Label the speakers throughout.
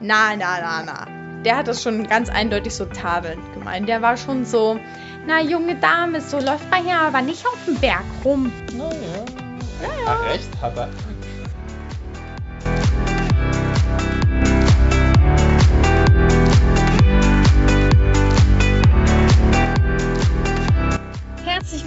Speaker 1: na, na, na, na. Der hat das schon ganz eindeutig so tavelnd gemeint. Der war schon so, na, junge Dame, so läuft man ja aber nicht auf dem Berg rum.
Speaker 2: Naja. Naja. Recht hat er.
Speaker 3: Herzlich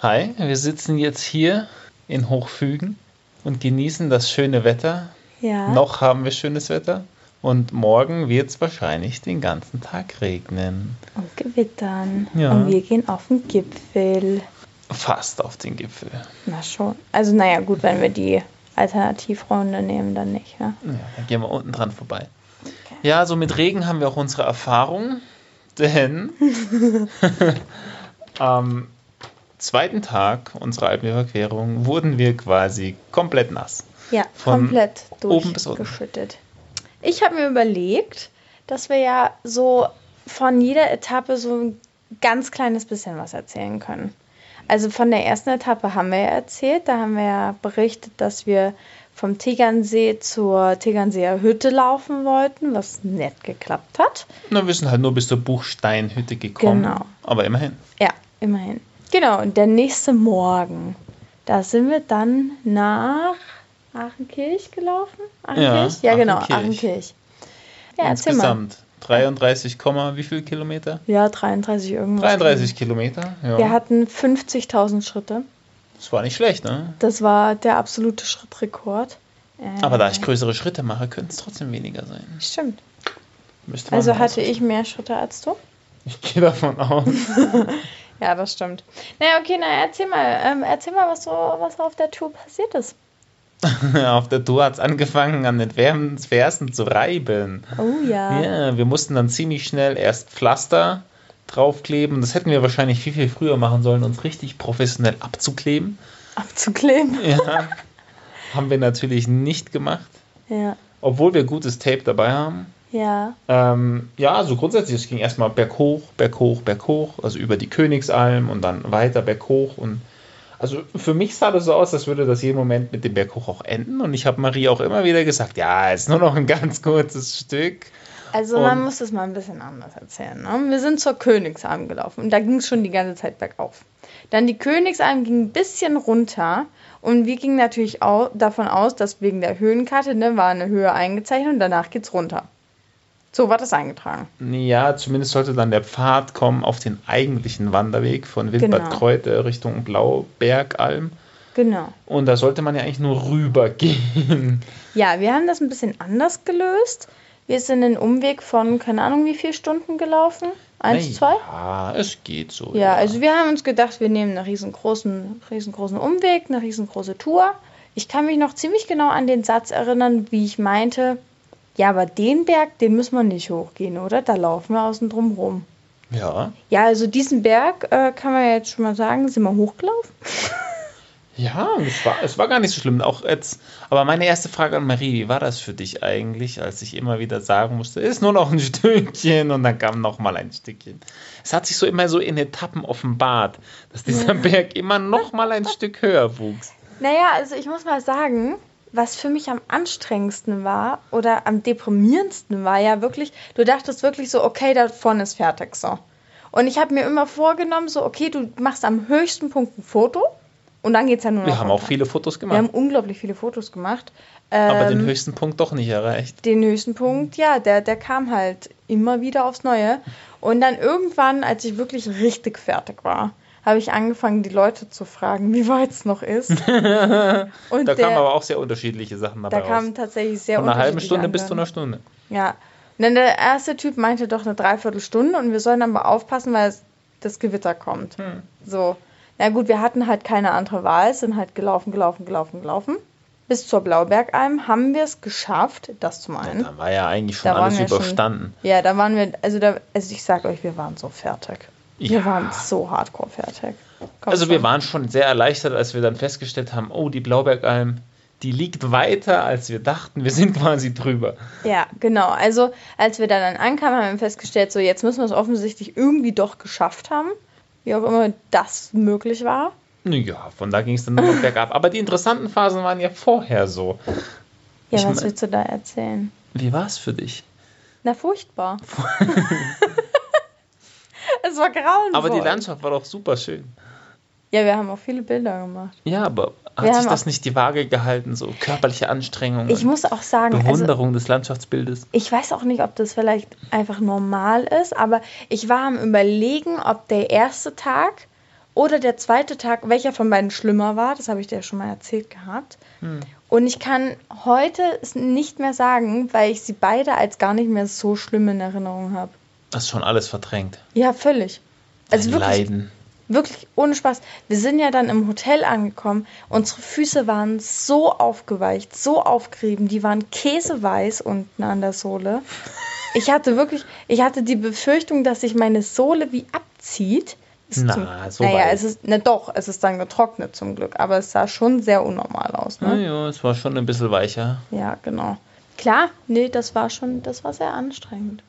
Speaker 2: Hi, wir sitzen jetzt hier in Hochfügen und genießen das schöne Wetter.
Speaker 1: Ja.
Speaker 2: Noch haben wir schönes Wetter. Und morgen wird es wahrscheinlich den ganzen Tag regnen.
Speaker 1: Und gewittern.
Speaker 2: Ja.
Speaker 1: Und wir gehen auf den Gipfel.
Speaker 2: Fast auf den Gipfel.
Speaker 1: Na schon. Also, naja, gut, wenn wir die Alternativrunde nehmen, dann nicht. Ne?
Speaker 2: Ja, dann gehen wir unten dran vorbei. Ja, so mit Regen haben wir auch unsere Erfahrung, denn am zweiten Tag unserer Alpenüberquerung wurden wir quasi komplett nass.
Speaker 1: Ja,
Speaker 2: Von
Speaker 1: komplett
Speaker 2: oben bis unten.
Speaker 1: durchgeschüttet. Ich habe mir überlegt, dass wir ja so von jeder Etappe so ein ganz kleines bisschen was erzählen können. Also von der ersten Etappe haben wir ja erzählt, da haben wir ja berichtet, dass wir vom Tegernsee zur Tegernseer Hütte laufen wollten, was nett geklappt hat.
Speaker 2: Na, wir sind halt nur bis zur Buchsteinhütte gekommen.
Speaker 1: Genau.
Speaker 2: Aber immerhin.
Speaker 1: Ja, immerhin. Genau, und der nächste Morgen, da sind wir dann nach Aachenkirch gelaufen. Aachenkirch? Ja, genau,
Speaker 2: Aachenkirch.
Speaker 1: Aachenkirch. Ja, erzähl mal.
Speaker 2: Insgesamt 33, Komma, wie viel Kilometer?
Speaker 1: Ja, 33 irgendwas.
Speaker 2: 33 Kilometer. Ja.
Speaker 1: Wir hatten 50.000 Schritte.
Speaker 2: das war nicht schlecht, ne?
Speaker 1: Das war der absolute Schrittrekord. Äh,
Speaker 2: Aber da Oh, ich größere Schritte mache, könnten es trotzdem weniger sein.
Speaker 1: Stimmt.
Speaker 2: Müsste man
Speaker 1: Also
Speaker 2: mal
Speaker 1: hatte
Speaker 2: ausrechnen.
Speaker 1: ich mehr Schritte als du?
Speaker 2: Ich gehe davon aus.
Speaker 1: Ja, das stimmt. Naja, okay, na erzähl mal, ähm, erzähl mal, was so, was auf der Tour passiert ist.
Speaker 2: Auf der Tour hat es angefangen, an den Fersen- Fersen zu reiben.
Speaker 1: Oh
Speaker 2: Ja, wir mussten dann ziemlich schnell erst Pflaster draufkleben. Das hätten wir wahrscheinlich viel, viel früher machen sollen, uns richtig professionell abzukleben.
Speaker 1: Abzukleben.
Speaker 2: Ja, haben wir natürlich nicht gemacht,
Speaker 1: Ja.
Speaker 2: obwohl wir gutes Tape dabei haben.
Speaker 1: Ja.
Speaker 2: Ähm, ja, also grundsätzlich, es ging erstmal berghoch, berghoch, berghoch, also über die Königsalm und dann weiter berghoch. Und also für mich sah das so aus, als würde das jeden Moment mit dem Berghoch auch enden. Und ich habe Marie auch immer wieder gesagt, ja, ist nur noch ein ganz kurzes Stück.
Speaker 1: Also man
Speaker 2: Und-
Speaker 1: muss das mal ein bisschen anders erzählen. Ne? Wir sind zur Königsalm gelaufen und da ging es schon die ganze Zeit bergauf. Dann die Königsalm ging ein bisschen runter und wir gingen natürlich auch davon aus, dass wegen der Höhenkarte ne, war eine Höhe eingezeichnet und danach geht's runter. So war das eingetragen.
Speaker 2: Ja, zumindest sollte dann der Pfad kommen auf den eigentlichen Wanderweg von Wildbad
Speaker 1: Genau.
Speaker 2: Kräute Richtung Blaubergalm.
Speaker 1: Genau.
Speaker 2: Und da sollte man ja eigentlich nur rüber gehen.
Speaker 1: Ja, wir haben das ein bisschen anders gelöst. Wir sind einen Umweg von keine Ahnung wie viele Stunden gelaufen. Eins,
Speaker 2: Na
Speaker 1: zwei?
Speaker 2: Ja, es geht so.
Speaker 1: Ja, also wir haben uns gedacht, wir nehmen einen riesengroßen, riesengroßen Umweg, eine riesengroße Tour. Ich kann mich noch ziemlich genau an den Satz erinnern, wie ich meinte, ja, aber den Berg, den müssen wir nicht hochgehen, oder? Da laufen wir außen drum rum.
Speaker 2: Ja,
Speaker 1: Ja, also diesen Berg, äh, kann man ja jetzt schon mal sagen, sind wir hochgelaufen?
Speaker 2: ja es, war, es war gar nicht so schlimm. Auch jetzt, aber meine erste Frage an Marie, wie war das für dich eigentlich, als ich immer wieder sagen musste, ist nur noch ein Stückchen und dann kam noch mal ein Stückchen. Es hat sich so immer so in Etappen offenbart, dass dieser Berg immer noch mal ein Stück höher wuchs.
Speaker 1: Naja, also ich muss mal sagen, was für mich am anstrengendsten war oder am deprimierendsten war ja wirklich, du dachtest wirklich so, okay, da vorne ist fertig so. Und ich habe mir immer vorgenommen, so, okay, du machst am höchsten Punkt ein Foto und dann geht's ja nur noch.
Speaker 2: Wir haben auch
Speaker 1: runter.
Speaker 2: viele Fotos gemacht.
Speaker 1: Wir haben unglaublich viele Fotos gemacht.
Speaker 2: Aber den
Speaker 1: Ähm,
Speaker 2: höchsten Punkt doch nicht erreicht.
Speaker 1: den höchsten Punkt, ja, der, der kam halt immer wieder aufs Neue. Und dann irgendwann, als ich wirklich richtig fertig war, habe ich angefangen, die Leute zu fragen, wie weit es noch ist. Und
Speaker 2: Da
Speaker 1: der,
Speaker 2: kamen aber auch sehr unterschiedliche Sachen dabei
Speaker 1: da
Speaker 2: raus.
Speaker 1: kamen tatsächlich sehr
Speaker 2: Von einer halben
Speaker 1: unterschiedliche
Speaker 2: Stunde bis zu
Speaker 1: Antworten.
Speaker 2: einer Stunde.
Speaker 1: Ja. Und dann der erste Typ meinte doch eine Dreiviertelstunde und wir sollen aber aufpassen, weil es, das Gewitter kommt.
Speaker 2: Hm.
Speaker 1: So. Na gut, wir hatten halt keine andere Wahl, sind halt gelaufen, gelaufen, gelaufen, gelaufen. bis zur Blaubergalm haben wir es geschafft, das zum einen.
Speaker 2: Da war ja eigentlich schon
Speaker 1: Da waren
Speaker 2: alles
Speaker 1: wir schon-
Speaker 2: überstanden.
Speaker 1: Ja, da waren wir, also da, also ich sag euch, wir waren so fertig. Wir
Speaker 2: Ja.
Speaker 1: waren so hardcore fertig. Komm
Speaker 2: also wir
Speaker 1: schon.
Speaker 2: waren schon sehr erleichtert, als wir dann festgestellt haben, oh, die Blaubergalm, die liegt weiter, als wir dachten. Wir sind quasi drüber.
Speaker 1: Ja, genau. Also als wir dann ankamen, haben wir festgestellt, so jetzt müssen wir es offensichtlich irgendwie doch geschafft haben. Wie auch immer das möglich war.
Speaker 2: Ja, von da ging es dann nur noch bergab. Aber die interessanten Phasen waren ja vorher so.
Speaker 1: Ja,
Speaker 2: Ich
Speaker 1: was
Speaker 2: mein-
Speaker 1: willst du da erzählen?
Speaker 2: Wie war es für dich?
Speaker 1: Na, furchtbar. es war grauenvoll.
Speaker 2: Aber die Landschaft war doch super schön.
Speaker 1: Ja, wir haben auch viele Bilder gemacht.
Speaker 2: Ja, aber hat
Speaker 1: Wir
Speaker 2: sich
Speaker 1: haben
Speaker 2: das
Speaker 1: auch-
Speaker 2: nicht die Waage gehalten, so körperliche Anstrengung,
Speaker 1: Ich
Speaker 2: und
Speaker 1: muss auch sagen, also
Speaker 2: Bewunderung des Landschaftsbildes?
Speaker 1: ich weiß auch nicht, ob das vielleicht einfach normal ist, aber ich war am Überlegen, ob der erste Tag oder der zweite Tag, welcher von beiden schlimmer war. Das habe ich dir ja schon mal erzählt gehabt. Und ich kann heute es nicht mehr sagen, weil ich sie beide als gar nicht mehr so schlimm in Erinnerung habe.
Speaker 2: Das ist schon alles verdrängt.
Speaker 1: Ja, völlig. Also
Speaker 2: Ein
Speaker 1: wirklich,
Speaker 2: Leiden.
Speaker 1: Wirklich ohne Spaß. Wir sind ja dann im Hotel angekommen. Unsere Füße waren so aufgeweicht, so aufgerieben. Die waren käseweiß unten an der Sohle. Ich hatte wirklich, ich hatte die Befürchtung, dass sich meine Sohle wie abzieht. Es
Speaker 2: Na,
Speaker 1: zum-
Speaker 2: so
Speaker 1: naja,
Speaker 2: weit.
Speaker 1: es ist, na doch, es ist dann getrocknet zum Glück. Aber es sah schon sehr unnormal aus,
Speaker 2: Ja,
Speaker 1: ne?
Speaker 2: ja, es war schon ein bisschen weicher.
Speaker 1: Ja, genau. Klar, nee, das war schon, das war sehr anstrengend.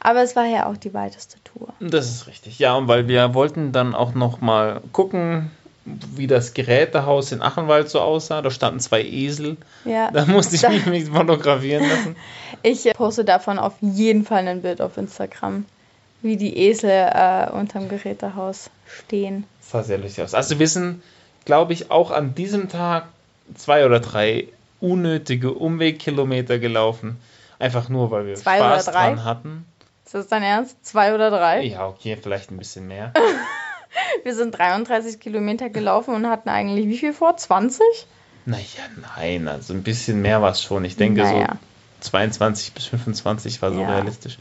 Speaker 1: Aber es war ja auch die weiteste Tour.
Speaker 2: Das ist richtig. Ja, und weil wir wollten dann auch noch mal gucken, wie das Gerätehaus in Achenwald so aussah. Da standen zwei Esel.
Speaker 1: Ja.
Speaker 2: Da musste ich
Speaker 1: Da-
Speaker 2: mich nicht fotografieren lassen.
Speaker 1: Ich äh, poste davon auf jeden Fall ein Bild auf Instagram, wie die Esel äh, unterm Gerätehaus stehen.
Speaker 2: Das sah sehr lustig aus. Also wir sind, glaube ich, auch an diesem Tag zwei oder drei unnötige Umwegkilometer gelaufen. Einfach nur, weil wir
Speaker 1: Zwei
Speaker 2: Spaß
Speaker 1: oder drei?
Speaker 2: dran hatten.
Speaker 1: Ist das dein Ernst? Zwei oder drei?
Speaker 2: Ja, okay, vielleicht ein bisschen mehr.
Speaker 1: Wir sind 33 Kilometer gelaufen und hatten eigentlich wie viel vor? 20?
Speaker 2: Naja, nein, also ein bisschen mehr war es schon. Ich denke
Speaker 1: Naja.
Speaker 2: so 22 bis 25 war so
Speaker 1: Ja.
Speaker 2: realistisch.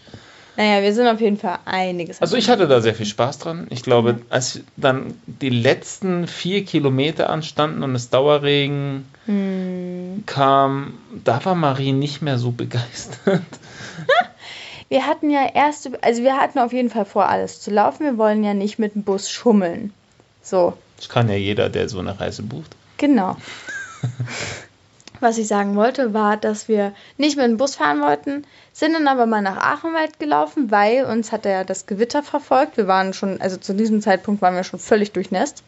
Speaker 1: Naja, wir sind auf jeden Fall einiges.
Speaker 2: Also ich hatte da sehr viel Spaß dran. Ich glaube,
Speaker 1: Mhm.
Speaker 2: als dann die letzten vier Kilometer anstanden und es Dauerregen
Speaker 1: Mhm.
Speaker 2: kam, da war Marie nicht mehr so begeistert.
Speaker 1: Wir hatten ja erst, also wir hatten auf jeden Fall vor, alles zu laufen. Wir wollen ja nicht mit dem Bus schummeln. So,
Speaker 2: Das kann ja jeder, der so eine Reise bucht.
Speaker 1: Genau. Was ich sagen wollte, war, dass wir nicht mit dem Bus fahren wollten, sind dann aber mal nach Achenwald gelaufen, weil uns hatte ja das Gewitter verfolgt. Wir waren schon, also zu diesem Zeitpunkt waren wir schon völlig durchnässt.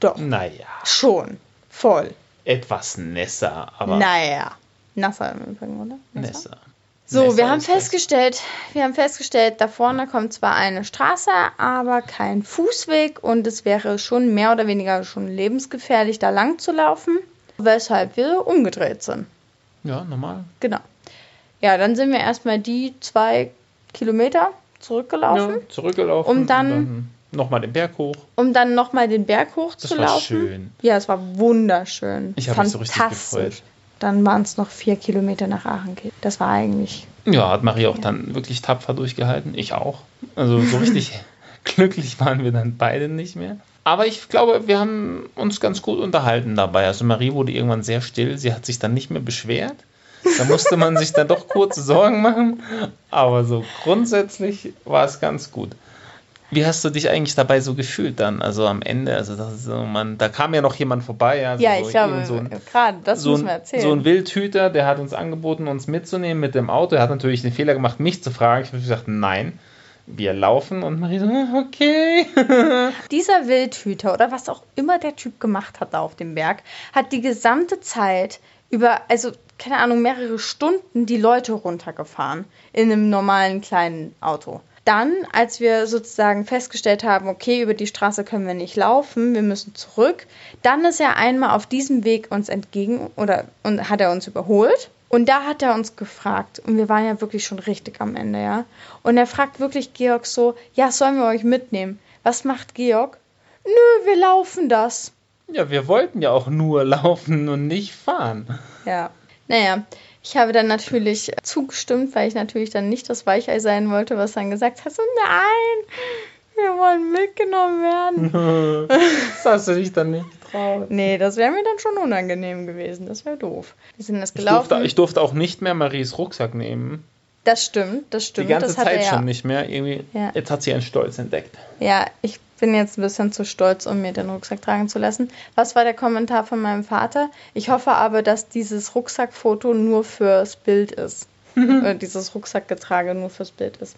Speaker 1: Doch,
Speaker 2: Naja,
Speaker 1: schon. Voll.
Speaker 2: etwas nässer, aber
Speaker 1: Naja. Nasser im Übrigen, oder? Nasser?
Speaker 2: nässer.
Speaker 1: So,
Speaker 2: Nässer
Speaker 1: wir haben
Speaker 2: ist das.
Speaker 1: festgestellt, wir haben festgestellt, da vorne kommt zwar eine Straße, aber kein Fußweg und es wäre schon mehr oder weniger schon lebensgefährlich, da lang zu laufen, weshalb wir umgedreht sind.
Speaker 2: Ja, normal.
Speaker 1: Genau. Ja, dann sind wir erstmal die zwei Kilometer zurückgelaufen,
Speaker 2: Ja, zurückgelaufen.
Speaker 1: Um dann-
Speaker 2: und dann nochmal den Berg hoch.
Speaker 1: um dann nochmal den Berg hoch
Speaker 2: Das
Speaker 1: zu
Speaker 2: war
Speaker 1: laufen.
Speaker 2: schön.
Speaker 1: Ja, es war wunderschön.
Speaker 2: Ich habe mich so richtig
Speaker 1: Fantastisch.
Speaker 2: gefreut.
Speaker 1: Dann waren es noch vier Kilometer nach Aachen. Das war eigentlich
Speaker 2: Ja, hat Marie auch dann wirklich tapfer durchgehalten. Ich auch. Also so richtig glücklich waren wir dann beide nicht mehr. Aber ich glaube, wir haben uns ganz gut unterhalten dabei. Also Marie wurde irgendwann sehr still. Sie hat sich dann nicht mehr beschwert. Da musste man sich dann doch kurze Sorgen machen. Aber so grundsätzlich war es ganz gut. Wie hast du dich eigentlich dabei so gefühlt dann? Also am Ende, also das ist so, man, da kam ja noch jemand vorbei. Ja, so
Speaker 1: Ja, ich glaube,
Speaker 2: irgend so ein-
Speaker 1: gerade das
Speaker 2: so
Speaker 1: müssen
Speaker 2: ein,
Speaker 1: wir erzählen.
Speaker 2: so ein Wildhüter, der hat uns angeboten, uns mitzunehmen mit dem Auto. Er hat natürlich den Fehler gemacht, mich zu fragen. Ich habe gesagt, nein, wir laufen. Und Marie so, "Ah, okay.
Speaker 1: Dieser Wildhüter oder was auch immer der Typ gemacht hat da auf dem Berg, hat die gesamte Zeit über, also keine Ahnung, mehrere Stunden die Leute runtergefahren in einem normalen kleinen Auto. Dann, als wir sozusagen festgestellt haben, okay, über die Straße können wir nicht laufen, wir müssen zurück, dann ist er einmal auf diesem Weg uns entgegen oder und hat er uns überholt. Und da hat er uns gefragt, und wir waren ja wirklich schon richtig am Ende, ja. Und er fragt wirklich Georg so: Ja, sollen wir euch mitnehmen? Was macht Georg? Nö, wir laufen das.
Speaker 2: Ja, wir wollten ja auch nur laufen und nicht fahren.
Speaker 1: Ja. Naja, ich habe dann natürlich zugestimmt, weil ich natürlich dann nicht das Weichei sein wollte, was dann gesagt hat: So, nein, wir wollen mitgenommen werden.
Speaker 2: Hm. Das hast du dich dann nicht getraut. raus.
Speaker 1: Nee, das wäre mir dann schon unangenehm gewesen. Das wäre doof. Wir sind das
Speaker 2: Ich durfte,
Speaker 1: gelaufen.
Speaker 2: ich durfte auch nicht mehr Maries Rucksack nehmen.
Speaker 1: das stimmt, das stimmt.
Speaker 2: Die ganze
Speaker 1: das hat
Speaker 2: Zeit
Speaker 1: er ja.
Speaker 2: schon nicht mehr. Irgendwie,
Speaker 1: Ja.
Speaker 2: Jetzt hat sie ihren Stolz entdeckt.
Speaker 1: Ja, ich bin jetzt ein bisschen zu stolz, um mir den Rucksack tragen zu lassen. Was war der Kommentar von meinem Vater? Ich hoffe aber, dass dieses Rucksackfoto nur fürs Bild ist. Oder dieses Rucksackgetrage nur fürs Bild ist.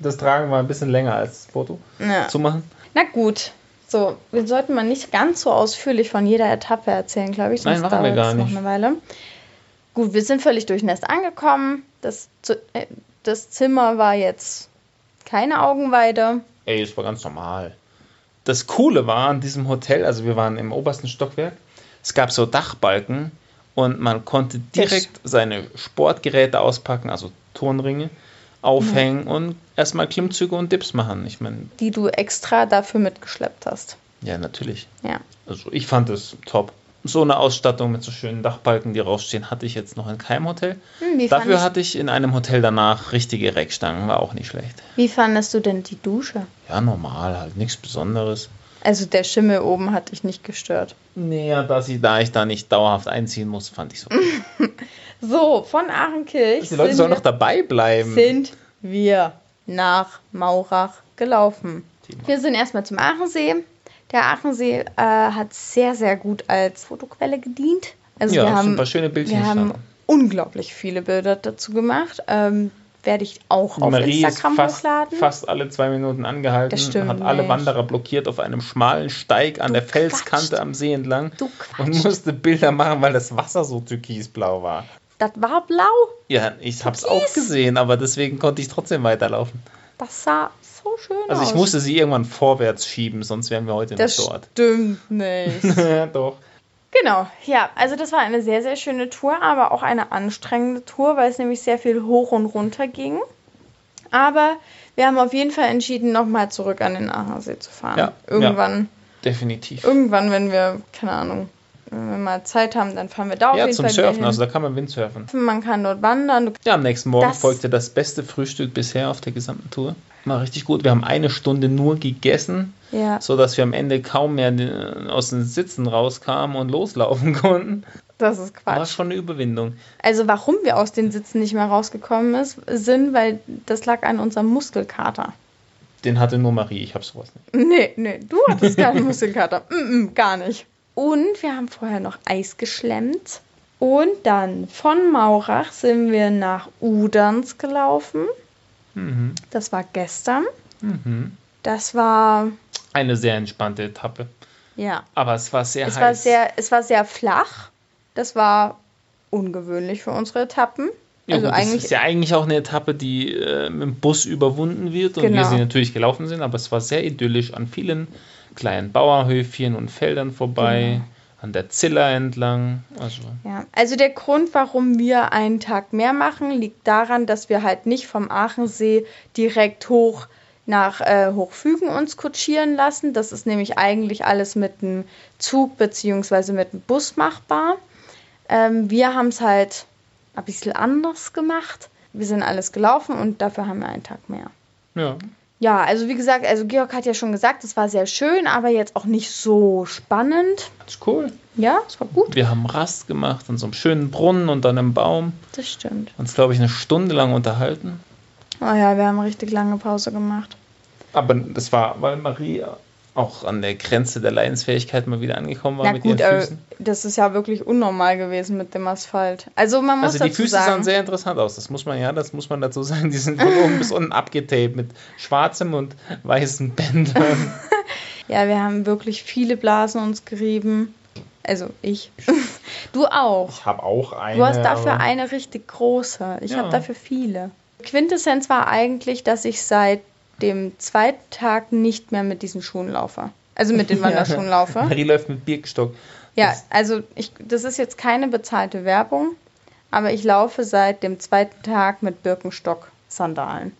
Speaker 2: Das Tragen war ein bisschen länger als das Foto
Speaker 1: Ja.
Speaker 2: zu machen.
Speaker 1: Na gut. So, wir sollten mal nicht ganz so ausführlich von jeder Etappe erzählen, glaube ich.
Speaker 2: Nein,
Speaker 1: sonst
Speaker 2: machen wir
Speaker 1: dauert es
Speaker 2: gar
Speaker 1: noch
Speaker 2: nicht.
Speaker 1: eine Weile. Gut, wir sind völlig durchnässt angekommen. Das, Zu- äh, das Zimmer war jetzt keine Augenweide.
Speaker 2: Ey, das war ganz normal. Das Coole war an diesem Hotel, also wir waren im obersten Stockwerk, es gab so Dachbalken und man konnte direkt seine Sportgeräte auspacken, also Turnringe, aufhängen und erstmal Klimmzüge und Dips machen. Ich meine,
Speaker 1: die du extra dafür mitgeschleppt hast.
Speaker 2: ja, natürlich.
Speaker 1: Ja.
Speaker 2: Also ich fand es top. So eine Ausstattung mit so schönen Dachbalken, die rausstehen, hatte ich jetzt noch in keinem Hotel.
Speaker 1: Hm, wie,
Speaker 2: Dafür
Speaker 1: fandest,
Speaker 2: hatte ich in einem Hotel danach richtige Reckstangen, war auch nicht schlecht.
Speaker 1: wie fandest du denn die Dusche?
Speaker 2: Ja, normal, halt nichts Besonderes.
Speaker 1: Also der Schimmel oben hat dich nicht gestört.
Speaker 2: Naja, dass ich, da ich da nicht dauerhaft einziehen muss, fand ich so.
Speaker 1: Mhm. So, von Aachenkirch
Speaker 2: Die Leute
Speaker 1: sind,
Speaker 2: sollen
Speaker 1: wir,
Speaker 2: noch dabei bleiben.
Speaker 1: sind wir nach Maurach gelaufen.
Speaker 2: Thema.
Speaker 1: Wir sind erstmal zum Aachensee. Der Aachensee äh, hat sehr, sehr gut als Fotoquelle gedient. Also
Speaker 2: ja,
Speaker 1: wir
Speaker 2: sind
Speaker 1: haben,
Speaker 2: ein paar schöne Bildchen
Speaker 1: wir haben
Speaker 2: entstanden.
Speaker 1: unglaublich viele Bilder dazu gemacht. Ähm, werde ich auch auf
Speaker 2: Marie ist
Speaker 1: Instagram
Speaker 2: fast,
Speaker 1: hochladen.
Speaker 2: fast alle zwei Minuten angehalten,
Speaker 1: Das stimmt
Speaker 2: hat alle
Speaker 1: nicht.
Speaker 2: Wanderer blockiert auf einem schmalen Steig an
Speaker 1: Du
Speaker 2: der Felskante
Speaker 1: quatscht.
Speaker 2: am See entlang
Speaker 1: Du
Speaker 2: und
Speaker 1: Quatsch.
Speaker 2: musste Bilder machen, weil das Wasser so türkisblau war.
Speaker 1: Das war blau.
Speaker 2: Ja, ich hab's
Speaker 1: Türkis.
Speaker 2: auch gesehen, aber deswegen konnte ich trotzdem weiterlaufen.
Speaker 1: Das sah so schön aus.
Speaker 2: Also ich musste sie irgendwann vorwärts schieben, sonst wären wir heute
Speaker 1: Oh. Das
Speaker 2: nicht dort.
Speaker 1: stimmt nicht.
Speaker 2: Doch.
Speaker 1: genau, ja. Also das war eine sehr, sehr schöne Tour, aber auch eine anstrengende Tour, weil es nämlich sehr viel hoch und runter ging. Aber wir haben auf jeden Fall entschieden, nochmal zurück an den Aachensee zu fahren.
Speaker 2: Ja,
Speaker 1: irgendwann,
Speaker 2: Definitiv.
Speaker 1: irgendwann, wenn wir, keine Ahnung, wenn wir mal Zeit haben, dann fahren wir da auf
Speaker 2: Ja,
Speaker 1: jeden
Speaker 2: zum
Speaker 1: Fall wieder
Speaker 2: Surfen,
Speaker 1: hin.
Speaker 2: also da kann man Windsurfen.
Speaker 1: Man kann dort wandern.
Speaker 2: Ja, am nächsten Morgen
Speaker 1: Das-
Speaker 2: folgte das beste Frühstück bisher auf der gesamten Tour. War richtig gut. Wir haben eine Stunde nur gegessen,
Speaker 1: Ja,
Speaker 2: sodass wir am Ende kaum mehr äh, aus den Sitzen rauskamen und loslaufen konnten.
Speaker 1: das ist
Speaker 2: War
Speaker 1: Quatsch.
Speaker 2: schon eine Überwindung.
Speaker 1: Also warum wir aus den Sitzen nicht mehr rausgekommen ist, sind, weil das lag an unserem Muskelkater.
Speaker 2: Den hatte nur Marie, ich habe sowas nicht.
Speaker 1: Nee, nee, du hattest keinen Muskelkater. Mm -mm, gar nicht. Und wir haben vorher noch Eis geschlemmt. Und dann von Maurach sind wir nach Udanz gelaufen.
Speaker 2: Mhm.
Speaker 1: Das war gestern.
Speaker 2: Mhm.
Speaker 1: Das war,
Speaker 2: Eine sehr entspannte Etappe.
Speaker 1: ja,
Speaker 2: Aber es war sehr
Speaker 1: es
Speaker 2: heiß.
Speaker 1: war, sehr, es war sehr flach. Das war ungewöhnlich für unsere Etappen.
Speaker 2: Ja,
Speaker 1: also
Speaker 2: gut, das
Speaker 1: eigentlich,
Speaker 2: ist ja eigentlich auch eine Etappe, die äh, mit dem Bus überwunden wird und wir
Speaker 1: Genau.
Speaker 2: sie natürlich gelaufen sind, aber es war sehr idyllisch an vielen kleinen Bauernhöfchen und Feldern vorbei,
Speaker 1: Genau.
Speaker 2: an der Ziller entlang. Also
Speaker 1: ja. Also der Grund, warum wir einen Tag mehr machen, liegt daran, dass wir halt nicht vom Aachensee direkt hoch nach äh, Hochfügen uns kutschieren lassen. Das ist nämlich eigentlich alles mit einem Zug bzw. mit einem Bus machbar. Ähm, wir haben es halt ein bisschen anders gemacht. Wir sind alles gelaufen und dafür haben wir einen Tag mehr.
Speaker 2: ja,
Speaker 1: Ja, also wie gesagt, also Georg hat ja schon gesagt, es war sehr schön, aber jetzt auch nicht so spannend.
Speaker 2: das ist cool.
Speaker 1: Ja, es war gut.
Speaker 2: Wir haben Rast gemacht an so einem schönen Brunnen unter einem Baum,
Speaker 1: Das stimmt.
Speaker 2: uns glaube ich eine Stunde lang unterhalten.
Speaker 1: Oh ja, wir haben richtig lange Pause gemacht.
Speaker 2: Aber das war, weil Maria auch an der Grenze der Leidensfähigkeit mal wieder angekommen war
Speaker 1: Na
Speaker 2: mit
Speaker 1: gut, äh,
Speaker 2: ihren
Speaker 1: aber
Speaker 2: Füßen.
Speaker 1: das ist ja wirklich unnormal gewesen mit dem Asphalt. Also man muss
Speaker 2: Also die
Speaker 1: dazu
Speaker 2: Füße sahen
Speaker 1: sagen,
Speaker 2: sehr interessant aus, das muss man ja, das muss man dazu sagen. Die sind von oben bis unten abgetaped mit schwarzem und weißen Bändern.
Speaker 1: ja, wir haben wirklich viele Blasen uns gerieben. Also ich. du auch.
Speaker 2: Ich habe auch eine.
Speaker 1: Du hast dafür
Speaker 2: aber-
Speaker 1: eine richtig große. Ich
Speaker 2: Ja.
Speaker 1: habe dafür viele. Quintessenz war eigentlich, dass ich seit dem zweiten Tag nicht mehr mit diesen Schuhen laufe. Also mit den Wanderschuhen laufe.
Speaker 2: Marie läuft mit Birkenstock.
Speaker 1: Ja,
Speaker 2: Das-
Speaker 1: also ich, das ist jetzt keine bezahlte Werbung, aber ich laufe seit dem zweiten Tag mit Birkenstock-Sandalen.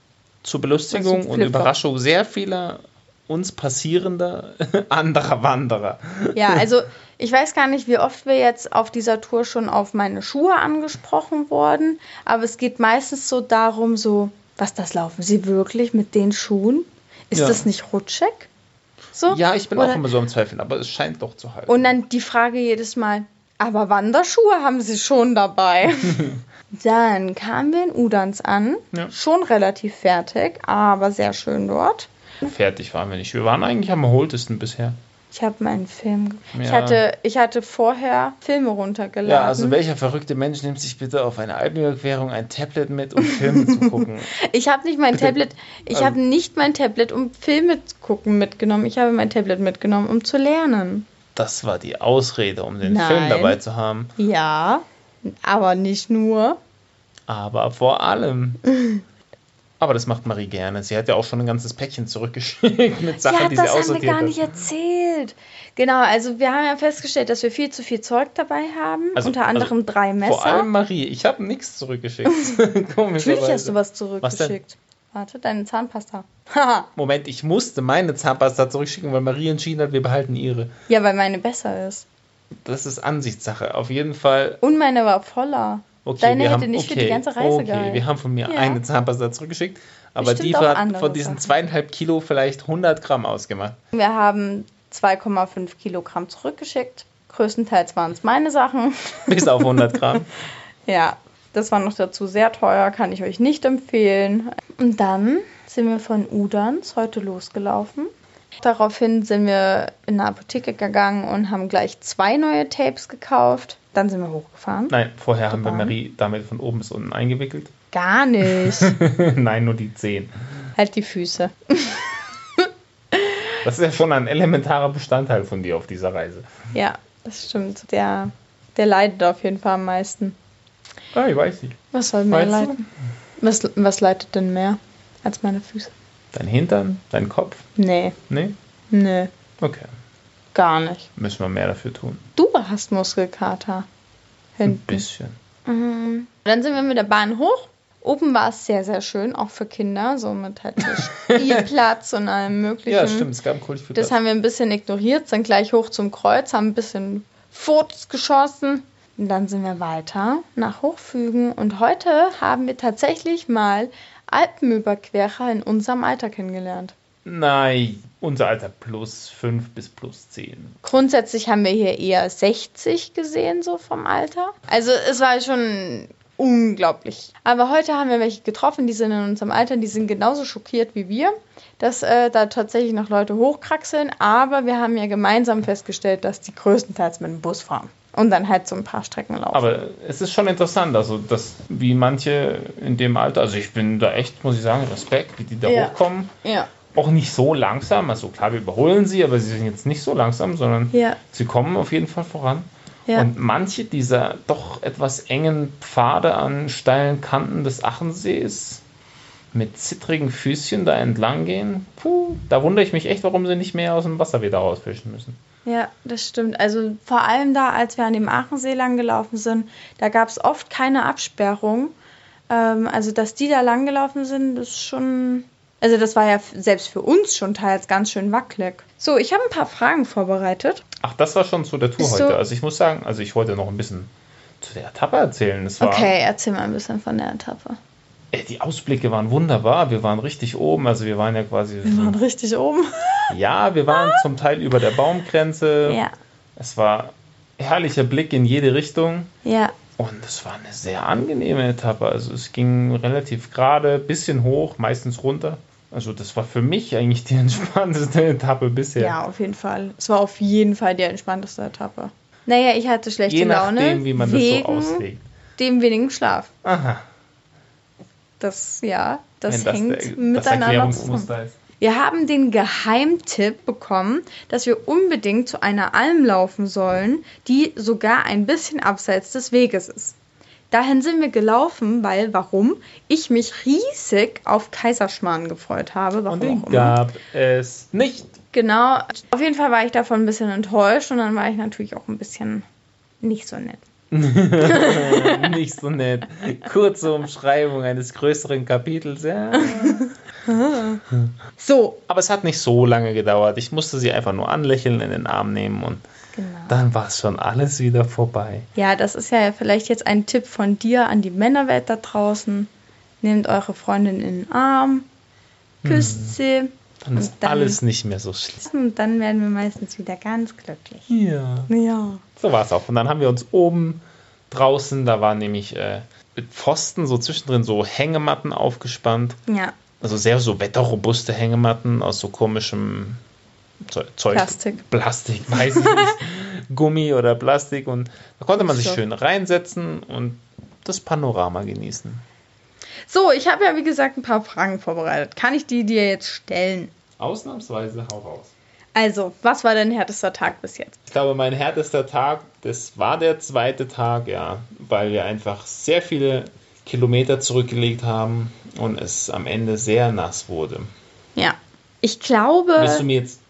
Speaker 2: Zur
Speaker 1: Das
Speaker 2: Belustigung
Speaker 1: ist
Speaker 2: und
Speaker 1: Flipflop.
Speaker 2: Überraschung sehr vieler uns passierender anderer Wanderer.
Speaker 1: Ja, also ich weiß gar nicht, wie oft wir jetzt auf dieser Tour schon auf meine Schuhe angesprochen wurden, aber es geht meistens so darum, so, was das laufen Sie wirklich mit den Schuhen? Ist
Speaker 2: Ja.
Speaker 1: das nicht rutschig? so?
Speaker 2: Ja, ich bin
Speaker 1: Oder-
Speaker 2: auch immer so am Zweifeln, aber es scheint doch zu halten.
Speaker 1: Und dann die Frage jedes Mal, aber Wanderschuhe haben sie schon dabei. dann kamen wir in Udans an,
Speaker 2: Ja.
Speaker 1: schon relativ fertig, aber sehr schön dort.
Speaker 2: Fertig waren wir nicht. Wir waren eigentlich am erholtesten bisher.
Speaker 1: Ich habe meinen Film. ge- Ich,
Speaker 2: Ja.
Speaker 1: hatte, ich hatte vorher Filme runtergeladen.
Speaker 2: Ja, also welcher verrückte Mensch nimmt sich bitte auf eine Alpenüberquerung ein Tablet mit, um Filme zu gucken?
Speaker 1: ich habe nicht mein
Speaker 2: Bitte.
Speaker 1: Tablet, ich
Speaker 2: Also-
Speaker 1: habe nicht mein Tablet, um Filme zu gucken, mitgenommen. Ich habe mein Tablet mitgenommen, um zu lernen.
Speaker 2: Das war die Ausrede, um den
Speaker 1: Nein.
Speaker 2: Film dabei zu haben.
Speaker 1: Ja, aber nicht nur.
Speaker 2: Aber vor allem. Aber das macht Marie gerne. Sie hat ja auch schon ein ganzes Päckchen zurückgeschickt mit Sachen,
Speaker 1: ja,
Speaker 2: die sie
Speaker 1: das haben wir
Speaker 2: aussortiert
Speaker 1: gar
Speaker 2: hat.
Speaker 1: nicht erzählt. Genau, also wir haben ja festgestellt, dass wir viel zu viel Zeug dabei haben.
Speaker 2: Also-
Speaker 1: unter anderem drei Messer.
Speaker 2: Vor allem Marie. Ich habe nichts zurückgeschickt.
Speaker 1: Natürlich
Speaker 2: Komischerweise.
Speaker 1: hast du was
Speaker 2: Was denn?
Speaker 1: zurückgeschickt. Warte, deine Zahnpasta. Haha.
Speaker 2: Moment, ich musste meine Zahnpasta zurückschicken, weil Marie entschieden hat, wir behalten ihre.
Speaker 1: ja, weil meine besser ist.
Speaker 2: Das ist Ansichtssache. Auf jeden Fall.
Speaker 1: Und meine war voller.
Speaker 2: Okay,
Speaker 1: deine
Speaker 2: wir
Speaker 1: hätte
Speaker 2: haben,
Speaker 1: nicht
Speaker 2: okay,
Speaker 1: für die ganze Reise
Speaker 2: okay,
Speaker 1: gehalten.
Speaker 2: Wir haben von mir
Speaker 1: Ja.
Speaker 2: eine Zahnpasta zurückgeschickt, aber
Speaker 1: Bestimmt
Speaker 2: die
Speaker 1: auch
Speaker 2: hat
Speaker 1: andere
Speaker 2: von diesen
Speaker 1: Sachen.
Speaker 2: zweieinhalb Kilo vielleicht 100 Gramm ausgemacht.
Speaker 1: Wir haben 2,5 Kilogramm zurückgeschickt. Größtenteils waren es meine Sachen.
Speaker 2: Bis auf 100 Gramm.
Speaker 1: Ja, das war noch dazu sehr teuer, kann ich euch nicht empfehlen. Und dann sind wir von Uderns heute losgelaufen. Daraufhin sind wir in eine Apotheke gegangen und haben gleich zwei neue Tapes gekauft. Dann sind wir hochgefahren.
Speaker 2: Nein, vorher haben wir
Speaker 1: Bahn.
Speaker 2: Marie damit von oben bis unten eingewickelt.
Speaker 1: Gar nicht.
Speaker 2: Nein, nur die 10.
Speaker 1: halt die Füße.
Speaker 2: Das ist ja schon ein elementarer Bestandteil von dir auf dieser Reise.
Speaker 1: Ja, das stimmt. Der, der leidet auf jeden Fall am meisten.
Speaker 2: Ah, ich weiß nicht.
Speaker 1: Was soll mehr
Speaker 2: Meinst du?
Speaker 1: leiden? Was, was leidet denn mehr als meine Füße?
Speaker 2: Dein Hintern, dein Kopf.
Speaker 1: Nee,
Speaker 2: Nee?
Speaker 1: nee,
Speaker 2: Okay.
Speaker 1: gar nicht.
Speaker 2: Müssen wir mehr dafür tun.
Speaker 1: Du hast Muskelkater.
Speaker 2: Ein
Speaker 1: Hinten.
Speaker 2: bisschen.
Speaker 1: Mhm. Dann sind wir mit der Bahn hoch. Oben war es sehr, sehr schön, auch für Kinder, so mit halt Spielplatz und allem Möglichen.
Speaker 2: Ja, stimmt. Es gab cool viel
Speaker 1: Mhm. Das
Speaker 2: Platz.
Speaker 1: haben wir ein bisschen ignoriert, sind gleich hoch zum Kreuz, haben ein bisschen Fotos geschossen. Und dann sind wir weiter nach Hochfügen. Und heute haben wir tatsächlich mal Alpenüberquerer in unserem Alter kennengelernt.
Speaker 2: Nein, unser Alter plus 5 bis plus 10.
Speaker 1: Grundsätzlich haben wir hier eher 60 gesehen, so vom Alter. Also es war schon unglaublich. Aber heute haben wir welche getroffen, die sind in unserem Alter, die sind genauso schockiert wie wir, dass äh, da tatsächlich noch Leute hochkraxeln. Aber wir haben ja gemeinsam festgestellt, dass die größtenteils mit dem Bus fahren und dann halt so ein paar Strecken laufen.
Speaker 2: Aber es ist schon interessant, also dass wie manche in dem Alter, also ich bin da echt, muss ich sagen, Respekt, wie die da
Speaker 1: Ja.
Speaker 2: hochkommen.
Speaker 1: ja.
Speaker 2: Auch nicht so langsam, also klar, wir überholen sie, aber sie sind jetzt nicht so langsam, sondern
Speaker 1: Ja.
Speaker 2: sie kommen auf jeden Fall voran.
Speaker 1: Ja.
Speaker 2: Und manche dieser doch etwas engen Pfade an steilen Kanten des Achensees mit zittrigen Füßchen da entlang gehen, puh, da wundere ich mich echt, warum sie nicht mehr aus dem Wasser wieder rausfischen müssen.
Speaker 1: Ja, das stimmt. Also vor allem da, als wir an dem Aachensee lang gelaufen sind, da gab es oft keine Absperrung. Ähm, also dass die da lang gelaufen sind, ist schon. Also das war ja f- selbst für uns schon teils ganz schön wackelig. So, ich habe ein paar Fragen vorbereitet.
Speaker 2: Ach, das war schon zu der Tour
Speaker 1: Ist
Speaker 2: heute.
Speaker 1: so-
Speaker 2: Also ich muss sagen, also ich wollte noch ein bisschen zu der Etappe erzählen. Es war,
Speaker 1: Okay, erzähl mal ein bisschen von der Etappe.
Speaker 2: äh, die Ausblicke waren wunderbar. Wir waren richtig oben. Also wir waren ja quasi,
Speaker 1: Wir waren richtig oben.
Speaker 2: ja, wir waren zum Teil über der Baumgrenze.
Speaker 1: Ja,
Speaker 2: Es war herrlicher Blick in jede Richtung.
Speaker 1: ja,
Speaker 2: Und es war eine sehr angenehme Etappe. Also es ging relativ gerade, bisschen hoch, meistens runter. Also das war für mich eigentlich die entspannteste Etappe bisher.
Speaker 1: ja, auf jeden Fall. Es war auf jeden Fall die entspannteste Etappe. Naja, ich hatte schlechte
Speaker 2: Je
Speaker 1: Laune.
Speaker 2: nachdem, wie man
Speaker 1: wegen
Speaker 2: das so auslegt.
Speaker 1: dem wenigen Schlaf.
Speaker 2: Aha.
Speaker 1: Das, ja, das,
Speaker 2: wenn das
Speaker 1: hängt
Speaker 2: der- das
Speaker 1: miteinander zusammen.
Speaker 2: Erklärungsmuster ist.
Speaker 1: Wir haben den Geheimtipp bekommen, dass wir unbedingt zu einer Alm laufen sollen, die sogar ein bisschen abseits des Weges ist. Dahin sind wir gelaufen, weil warum? Ich mich riesig auf Kaiserschmarrn gefreut habe. Warum
Speaker 2: Und den
Speaker 1: auch immer.
Speaker 2: gab es nicht.
Speaker 1: Genau. Auf jeden Fall war ich davon ein bisschen enttäuscht und dann war ich natürlich auch ein bisschen nicht so nett.
Speaker 2: nicht so nett. Kurze Umschreibung eines größeren Kapitels. Ja.
Speaker 1: So.
Speaker 2: Aber es hat nicht so lange gedauert. Ich musste sie einfach nur anlächeln, in den Arm nehmen und
Speaker 1: Genau.
Speaker 2: dann war es schon alles wieder vorbei.
Speaker 1: Ja, das ist ja vielleicht jetzt ein Tipp von dir an die Männerwelt da
Speaker 2: Hm.
Speaker 1: draußen. Nehmt eure Freundin in den Arm, küsst sie,
Speaker 2: Dann ist
Speaker 1: dann-
Speaker 2: alles nicht mehr so schlimm.
Speaker 1: Und dann werden wir meistens wieder ganz glücklich.
Speaker 2: Ja.
Speaker 1: Ja.
Speaker 2: So war es auch. Und dann haben wir uns oben draußen, da waren nämlich äh, mit Pfosten so zwischendrin so Hängematten aufgespannt.
Speaker 1: Ja.
Speaker 2: Also sehr so wetterrobuste Hängematten aus so komischem Ze- Zeug.
Speaker 1: Plastik.
Speaker 2: Plastik, weiß ich nicht. Gummi oder Plastik. Und da konnte man sich
Speaker 1: So.
Speaker 2: schön reinsetzen und das Panorama genießen.
Speaker 1: So, ich habe ja wie gesagt ein paar Fragen vorbereitet. Kann ich die dir jetzt stellen?
Speaker 2: Ausnahmsweise hau raus.
Speaker 1: Also, was war dein härtester Tag bis jetzt?
Speaker 2: Ich glaube, mein härtester Tag, das war der zweite Tag, ja, weil wir einfach sehr viele Kilometer zurückgelegt haben und es am Ende sehr nass wurde.
Speaker 1: Ja. Ich glaube.
Speaker 2: Willst du mir jetzt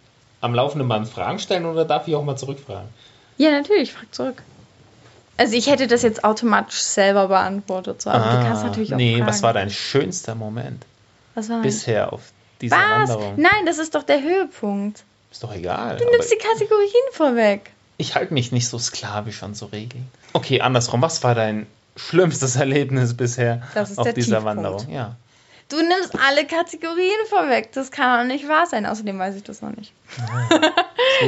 Speaker 2: am laufenden Band Fragen stellen oder darf ich auch mal zurückfragen?
Speaker 1: Ja, natürlich, frag zurück. Also ich hätte das jetzt automatisch selber beantwortet, so, aber du kannst natürlich auch
Speaker 2: Ah, nee,
Speaker 1: fragen.
Speaker 2: was war dein schönster Moment
Speaker 1: Was war mein-
Speaker 2: bisher auf dieser
Speaker 1: Was?
Speaker 2: Wanderung?
Speaker 1: Nein, das ist doch der Höhepunkt.
Speaker 2: Ist doch egal.
Speaker 1: Du nimmst die Kategorien vorweg.
Speaker 2: Ich halte mich nicht so sklavisch an so Regeln. Okay, andersrum. Was war dein schlimmstes Erlebnis bisher
Speaker 1: Das ist
Speaker 2: auf
Speaker 1: der
Speaker 2: dieser
Speaker 1: Tiefpunkt.
Speaker 2: Wanderung? Ja.
Speaker 1: Du nimmst alle Kategorien vorweg. Das kann doch nicht wahr sein. Außerdem weiß ich das noch nicht.
Speaker 2: Das wurde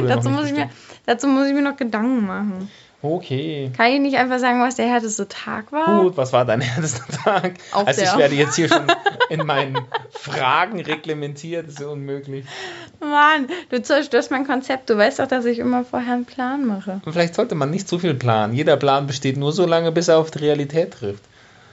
Speaker 2: noch
Speaker 1: Dazu
Speaker 2: nicht
Speaker 1: muss, ich mir,
Speaker 2: bestimmt.
Speaker 1: dazu muss ich mir noch Gedanken machen.
Speaker 2: Okay.
Speaker 1: Kann ich nicht einfach sagen, was der härteste Tag war?
Speaker 2: Gut, was war dein härtester Tag?
Speaker 1: Auch
Speaker 2: also ich
Speaker 1: der.
Speaker 2: werde jetzt hier schon in meinen Fragen reglementiert, das ist ja unmöglich.
Speaker 1: Mann, du zerstörst mein Konzept. Du weißt doch, dass ich immer vorher einen Plan mache.
Speaker 2: Und vielleicht sollte man nicht zu viel planen. Jeder Plan besteht nur so lange, bis er auf die Realität trifft.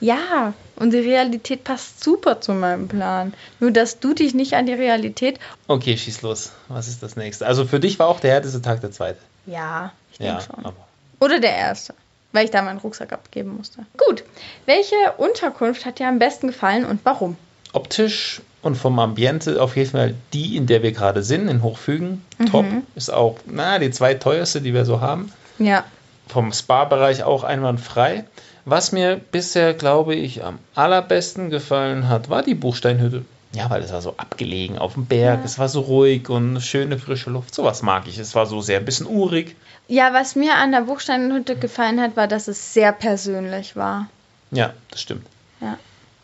Speaker 1: Ja, und die Realität passt super zu meinem Plan. Nur, dass du dich nicht an die Realität.
Speaker 2: Okay, schieß los. Was ist das nächste? Also für dich war auch der härteste Tag der zweite.
Speaker 1: Ja, ich denke
Speaker 2: Ja,
Speaker 1: schon.
Speaker 2: aber
Speaker 1: Oder der erste, weil ich da meinen Rucksack abgeben musste. Gut, welche Unterkunft hat dir am besten gefallen und warum?
Speaker 2: optisch und vom Ambiente auf jeden Fall die, in der wir gerade sind, in Hochfügen.
Speaker 1: Mhm.
Speaker 2: Top. Ist auch, na, die zweiteuerste, die wir so haben.
Speaker 1: Ja,
Speaker 2: vom Spa-Bereich auch einwandfrei. Was mir bisher, glaube ich, am allerbesten gefallen hat, war die Buchsteinhütte. Ja, weil es war so abgelegen auf dem Berg, es war so ruhig und schöne frische Luft. Sowas mag ich. Es war so sehr ein bisschen urig.
Speaker 1: ja was mir an der Buchsteinhütte gefallen hat, war, dass es sehr persönlich war.
Speaker 2: Ja, das stimmt.
Speaker 1: Ja.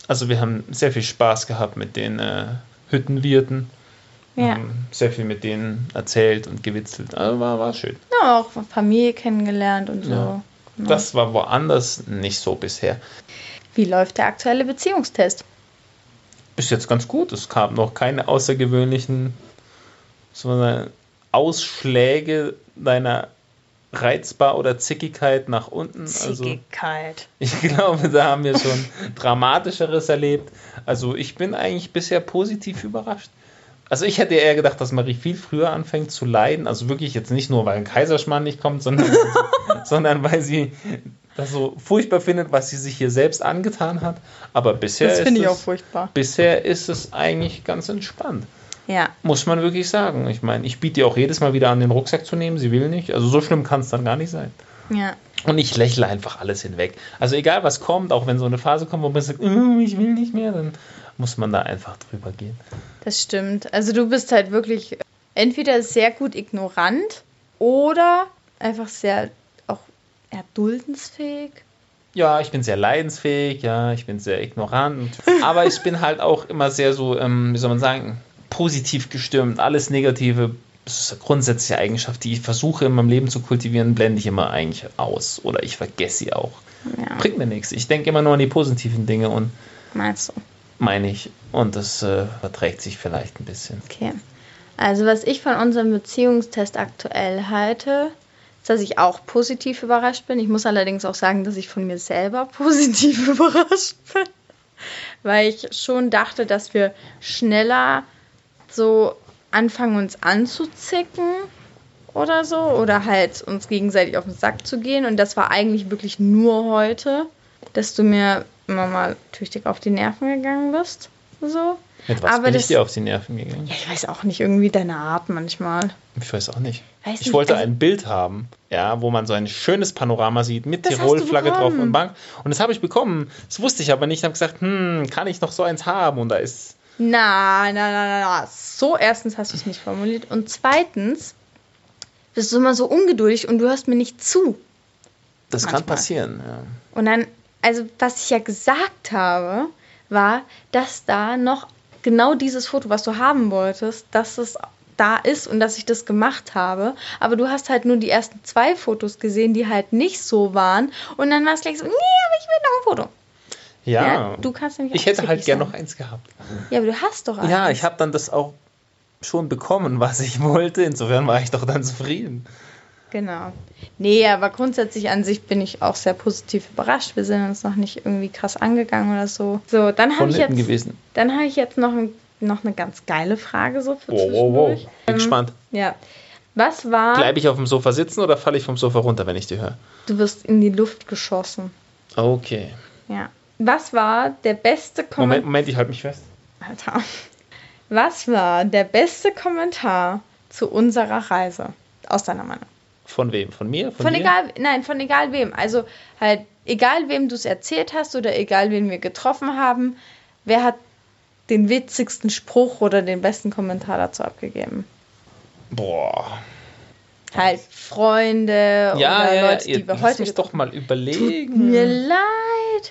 Speaker 2: Also wir haben sehr viel Spaß gehabt mit den äh, Hüttenwirten.
Speaker 1: Ja.
Speaker 2: Haben sehr viel mit denen erzählt und gewitzelt. Also war, war schön.
Speaker 1: ja auch Familie kennengelernt und so.
Speaker 2: Ja.
Speaker 1: Genau.
Speaker 2: Das war woanders nicht so bisher.
Speaker 1: Wie läuft der aktuelle Beziehungstest?
Speaker 2: bis jetzt ganz gut. Es gab noch keine außergewöhnlichen sondern Ausschläge deiner Reizbar oder Zickigkeit nach unten. Also
Speaker 1: Zickigkeit.
Speaker 2: ich glaube, da haben wir schon Dramatischeres erlebt. Also ich bin eigentlich bisher positiv überrascht. Also ich hätte eher gedacht, dass Marie viel früher anfängt zu leiden. Also wirklich jetzt nicht nur, weil ein Kaiserschmarrn nicht kommt, sondern, sondern weil sie das so furchtbar findet, was sie sich hier selbst angetan hat. Aber bisher
Speaker 1: das
Speaker 2: ist
Speaker 1: finde ich
Speaker 2: es-
Speaker 1: auch furchtbar.
Speaker 2: bisher ist es eigentlich ganz entspannt.
Speaker 1: Ja.
Speaker 2: Muss man wirklich sagen. Ich meine, ich biete ihr auch jedes Mal wieder an, den Rucksack zu nehmen. Sie will nicht. Also so schlimm kann es dann gar nicht sein.
Speaker 1: Ja.
Speaker 2: Und ich lächle einfach alles hinweg. Also egal was kommt, auch wenn so eine Phase kommt, wo man sagt, "Mm, ich will nicht mehr, dann muss man da einfach drüber gehen.
Speaker 1: Das stimmt. Also du bist halt wirklich entweder sehr gut ignorant oder einfach sehr auch erduldensfähig.
Speaker 2: Ja, ich bin sehr leidensfähig, ja, ich bin sehr ignorant. Aber ich bin halt auch immer sehr so, ähm, wie soll man sagen, positiv gestimmt. Alles Negative, das ist eine grundsätzliche Eigenschaft, die ich versuche in meinem Leben zu kultivieren, blende ich immer eigentlich aus. Oder ich vergesse sie auch.
Speaker 1: Ja,
Speaker 2: Bringt mir nichts. Ich denke immer nur an die positiven Dinge und
Speaker 1: meinst du?
Speaker 2: meine ich. Und das äh, verträgt sich vielleicht ein bisschen.
Speaker 1: Okay. Also was ich von unserem Beziehungstest aktuell halte, ist, dass ich auch positiv überrascht bin. Ich muss allerdings auch sagen, dass ich von mir selber positiv überrascht bin, weil ich schon dachte, dass wir schneller so anfangen, uns anzuzicken oder so oder halt uns gegenseitig auf den Sack zu gehen. Und das war eigentlich wirklich nur heute, dass du mir immer mal tüchtig auf die Nerven gegangen bist. So.
Speaker 2: Mit was
Speaker 1: Aber
Speaker 2: bin ich
Speaker 1: das-
Speaker 2: dir auf die Nerven gegangen?
Speaker 1: Ja, ich weiß auch nicht, irgendwie deine Art manchmal.
Speaker 2: Ich weiß auch nicht.
Speaker 1: Weiß
Speaker 2: ich
Speaker 1: nicht,
Speaker 2: wollte
Speaker 1: also-
Speaker 2: ein Bild haben, ja, wo man so ein schönes Panorama sieht mit
Speaker 1: Das hast du
Speaker 2: Tirol-Flagge drauf
Speaker 1: bekommen.
Speaker 2: und Bank. Und das habe ich bekommen. Das wusste ich aber nicht. Ich habe gesagt, hm, kann ich noch so eins haben? Und da ist.
Speaker 1: Na, na, na, na, na. So, erstens hast du es nicht formuliert. Und zweitens bist du immer so ungeduldig und du hörst mir nicht zu.
Speaker 2: Das kann
Speaker 1: Manchmal.
Speaker 2: passieren. Ja.
Speaker 1: Und dann, also was ich ja gesagt habe, war, dass da noch genau dieses Foto, was du haben wolltest, dass es da ist und dass ich das gemacht habe. Aber du hast halt nur die ersten zwei Fotos gesehen, die halt nicht so waren. Und dann war es gleich so, nee, aber ich will noch ein Foto.
Speaker 2: Ja.
Speaker 1: du kannst nämlich
Speaker 2: ich
Speaker 1: auch
Speaker 2: hätte
Speaker 1: wirklich
Speaker 2: halt gern
Speaker 1: sagen.
Speaker 2: noch eins gehabt.
Speaker 1: Ja, aber du hast doch
Speaker 2: Ja,
Speaker 1: eins.
Speaker 2: ich habe dann das auch schon bekommen, was ich wollte. Insofern war ich doch dann zufrieden.
Speaker 1: Genau. Nee, aber grundsätzlich an sich bin ich auch sehr positiv überrascht. Wir sind uns noch nicht irgendwie krass angegangen oder so. So, dann habe Ah, ich
Speaker 2: Vonnöten
Speaker 1: jetzt,
Speaker 2: gewesen.
Speaker 1: dann habe ich jetzt noch, ein, noch eine ganz geile Frage so für
Speaker 2: Wow, wow,
Speaker 1: zwischendurch. Ähm, ah.
Speaker 2: wow. Bin gespannt.
Speaker 1: Ja. Was war,
Speaker 2: Bleibe ich auf dem Sofa sitzen oder falle ich vom Sofa runter, wenn ich die höre?
Speaker 1: du wirst in die Luft geschossen.
Speaker 2: Okay.
Speaker 1: Ja. Was war der beste
Speaker 2: Moment,
Speaker 1: Kommentar?
Speaker 2: Moment, ich halte mich fest.
Speaker 1: Alter. Was war der beste Kommentar zu unserer Reise? Aus deiner Meinung.
Speaker 2: Von wem? Von mir?
Speaker 1: Von
Speaker 2: dir?
Speaker 1: egal, nein, von egal wem. Also halt, egal wem du es erzählt hast oder egal wen wir getroffen haben, wer hat den witzigsten Spruch oder den besten Kommentar dazu abgegeben?
Speaker 2: Boah.
Speaker 1: Halt Freunde
Speaker 2: Ja,
Speaker 1: oder
Speaker 2: ja,
Speaker 1: Leute,
Speaker 2: ja,
Speaker 1: die wir
Speaker 2: lass
Speaker 1: heute.
Speaker 2: mich doch mal überlegen.
Speaker 1: Mir leid.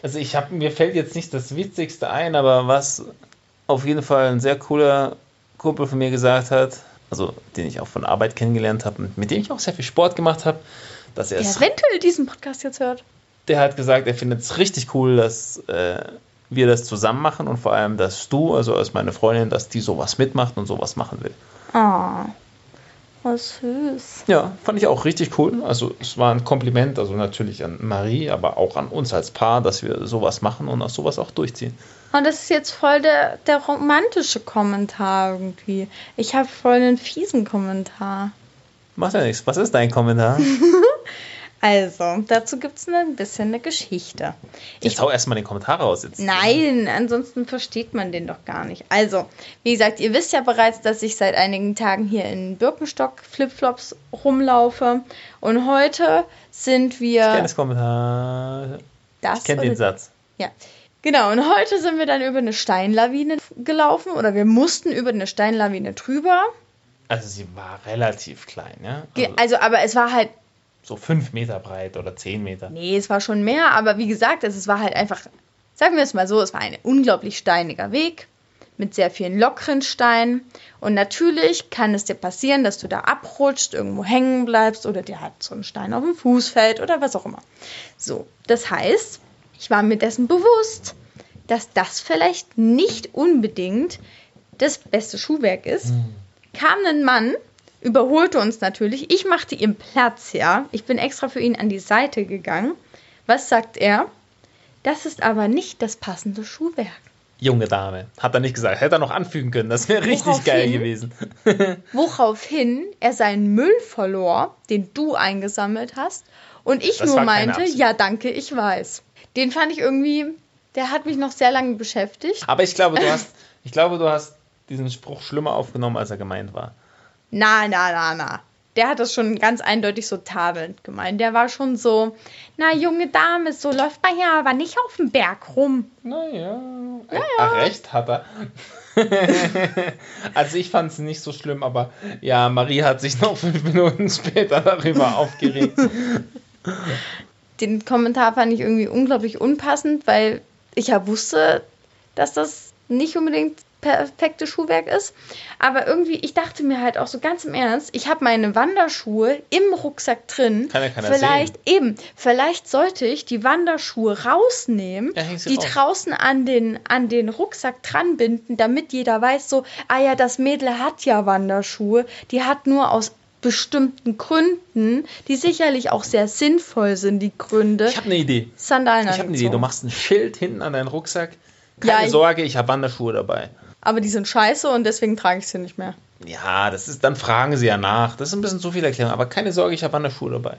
Speaker 2: Also ich habe mir fällt jetzt nicht das Witzigste ein, aber was auf jeden Fall ein sehr cooler Kumpel von mir gesagt hat, also den ich auch von Arbeit kennengelernt habe und mit dem ich auch sehr viel Sport gemacht habe, dass er
Speaker 1: Der
Speaker 2: es,
Speaker 1: eventuell diesen Podcast jetzt hört.
Speaker 2: der hat gesagt, er findet es richtig cool, dass äh, wir das zusammen machen und vor allem, dass du, also als meine Freundin, dass die sowas mitmacht und sowas machen will.
Speaker 1: Oh,
Speaker 2: Ah.
Speaker 1: was süß.
Speaker 2: Ja, fand ich auch richtig cool. Also es war ein Kompliment, also natürlich an Marie, aber auch an uns als Paar, dass wir sowas machen und auch sowas auch durchziehen.
Speaker 1: Und das ist jetzt voll der, der romantische Kommentar irgendwie. Ich habe voll einen fiesen Kommentar.
Speaker 2: Macht ja nichts. Was ist dein Kommentar?
Speaker 1: Also, dazu gibt es ein bisschen eine Geschichte.
Speaker 2: Ich hau erstmal den Kommentar raus jetzt.
Speaker 1: Nein, ansonsten versteht man den doch gar nicht. Also, wie gesagt, ihr wisst ja bereits, dass ich seit einigen Tagen hier in Birkenstock Flipflops rumlaufe. Und heute sind
Speaker 2: Ich
Speaker 1: wir
Speaker 2: kenne das Kommentar.
Speaker 1: das
Speaker 2: Ich kenne
Speaker 1: oder
Speaker 2: den Satz.
Speaker 1: Ja. Genau, und heute sind wir dann über eine Steinlawine f- gelaufen oder wir mussten über eine Steinlawine drüber.
Speaker 2: Also sie war relativ klein, ja?
Speaker 1: Ge-
Speaker 2: Also
Speaker 1: Also, aber es war halt,
Speaker 2: so fünf Meter breit oder zehn Meter.
Speaker 1: nee, es war schon mehr, aber wie gesagt, es, es war halt einfach, sagen wir es mal so, es war ein unglaublich steiniger Weg mit sehr vielen lockeren Steinen. Und natürlich kann es dir passieren, dass du da abrutscht, irgendwo hängen bleibst oder dir halt so ein Stein auf den Fuß fällt oder was auch immer. So, das heißt, ich war mir dessen bewusst, dass das vielleicht nicht unbedingt das beste Schuhwerk ist. Kam ein Mann, überholte uns natürlich. Ich machte ihm Platz, ja. Ich bin extra für ihn an die Seite gegangen. Was sagt er? Das ist aber nicht das passende Schuhwerk.
Speaker 2: Junge Dame. Hat er nicht gesagt. Hätte er noch anfügen können. Das wäre richtig
Speaker 1: Woraufhin?
Speaker 2: geil gewesen.
Speaker 1: Woraufhin er seinen Müll verlor, den du eingesammelt hast. Und ich
Speaker 2: Das
Speaker 1: nur
Speaker 2: war keine
Speaker 1: meinte,
Speaker 2: Absicht.
Speaker 1: ja, danke, ich weiß. Den fand ich irgendwie, der hat mich noch sehr lange beschäftigt.
Speaker 2: Aber ich glaube, du hast, ich glaube, du hast diesen Spruch schlimmer aufgenommen, als er gemeint war.
Speaker 1: Na, na, na, na. Der hat das schon ganz eindeutig so tadelnd gemeint. Der war schon so, na, junge Dame, so läuft man ja aber nicht auf dem Berg rum.
Speaker 2: Naja. Ja, Ach, recht hat er. also ich fand es nicht so schlimm, aber ja, Marie hat sich noch fünf Minuten später darüber aufgeregt.
Speaker 1: Den Kommentar fand ich irgendwie unglaublich unpassend, weil ich ja wusste, dass das nicht unbedingt perfektes Schuhwerk ist. Aber irgendwie, ich dachte mir halt auch so ganz im Ernst, ich habe meine Wanderschuhe im Rucksack drin.
Speaker 2: Kann ja keiner
Speaker 1: vielleicht eben, vielleicht sollte ich die Wanderschuhe rausnehmen,
Speaker 2: Ja, häng sie
Speaker 1: die
Speaker 2: auf.
Speaker 1: draußen an den, an den Rucksack dran binden, damit jeder weiß, so, ah ja, das Mädel hat ja Wanderschuhe, die hat nur aus bestimmten Gründen, die sicherlich auch sehr sinnvoll sind, die Gründe.
Speaker 2: Ich habe eine Idee.
Speaker 1: Sandalen
Speaker 2: Ich habe eine Idee.
Speaker 1: angezogen.
Speaker 2: Du machst ein Schild hinten an deinen Rucksack.
Speaker 1: Ja,
Speaker 2: Keine
Speaker 1: ich-
Speaker 2: Sorge, ich habe Wanderschuhe dabei.
Speaker 1: Aber die sind scheiße und deswegen trage ich sie nicht mehr.
Speaker 2: Ja, das ist, dann fragen sie ja nach. Das ist ein bisschen zu viel Erklärung, aber keine Sorge, ich habe Wanderschuhe dabei.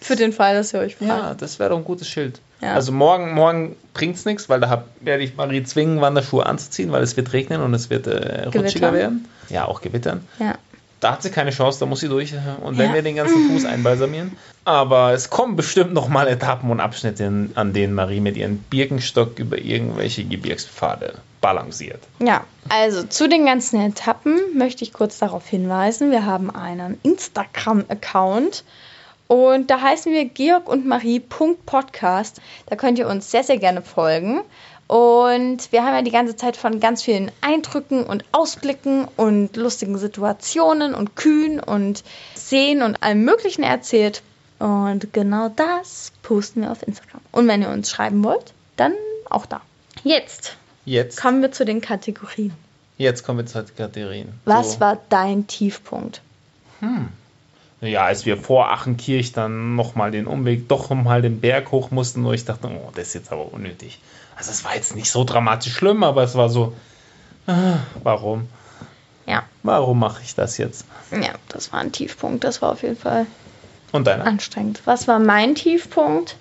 Speaker 1: Für den Fall, dass ihr euch fragt.
Speaker 2: Ja, das wäre doch ein gutes Schild.
Speaker 1: Ja.
Speaker 2: Also morgen, morgen bringt's nichts, weil da hab- werde ich Marie zwingen, Wanderschuhe anzuziehen, weil es wird regnen und es wird äh, rutschiger
Speaker 1: Gewittern.
Speaker 2: werden. Ja, auch gewittern.
Speaker 1: ja.
Speaker 2: Da hat sie keine Chance, da muss sie durch äh, und wenn
Speaker 1: Ja.
Speaker 2: wir den ganzen Fuß einbalsamieren. Aber es kommen bestimmt nochmal Etappen und Abschnitte, in- an denen Marie mit ihrem Birkenstock über irgendwelche Gebirgspfade balanciert.
Speaker 1: Ja, also zu den ganzen Etappen möchte ich kurz darauf hinweisen, wir haben einen Instagram-Account und da heißen wir georg und marie.podcast. Da könnt ihr uns sehr, sehr gerne folgen Und wir haben ja die ganze Zeit von ganz vielen Eindrücken und Ausblicken und lustigen Situationen und Kühen und Szenen und allem Möglichen erzählt. Und genau das posten wir auf Instagram. Und wenn ihr uns schreiben wollt, dann auch da. Jetzt
Speaker 2: Jetzt,
Speaker 1: kommen wir zu den Kategorien.
Speaker 2: jetzt kommen wir zu den Kategorien.
Speaker 1: Was
Speaker 2: so.
Speaker 1: war dein Tiefpunkt?
Speaker 2: Ja, als wir vor Achenkirch dann nochmal den Umweg, doch mal den Berg hoch mussten, und ich dachte, oh, das ist jetzt aber unnötig. Also es war jetzt nicht so dramatisch schlimm, aber es war so, ah, warum?
Speaker 1: Ja,
Speaker 2: Warum mache ich das jetzt?
Speaker 1: ja, das war ein Tiefpunkt. Das war auf jeden Fall
Speaker 2: Und deiner?
Speaker 1: anstrengend. Was war mein Tiefpunkt?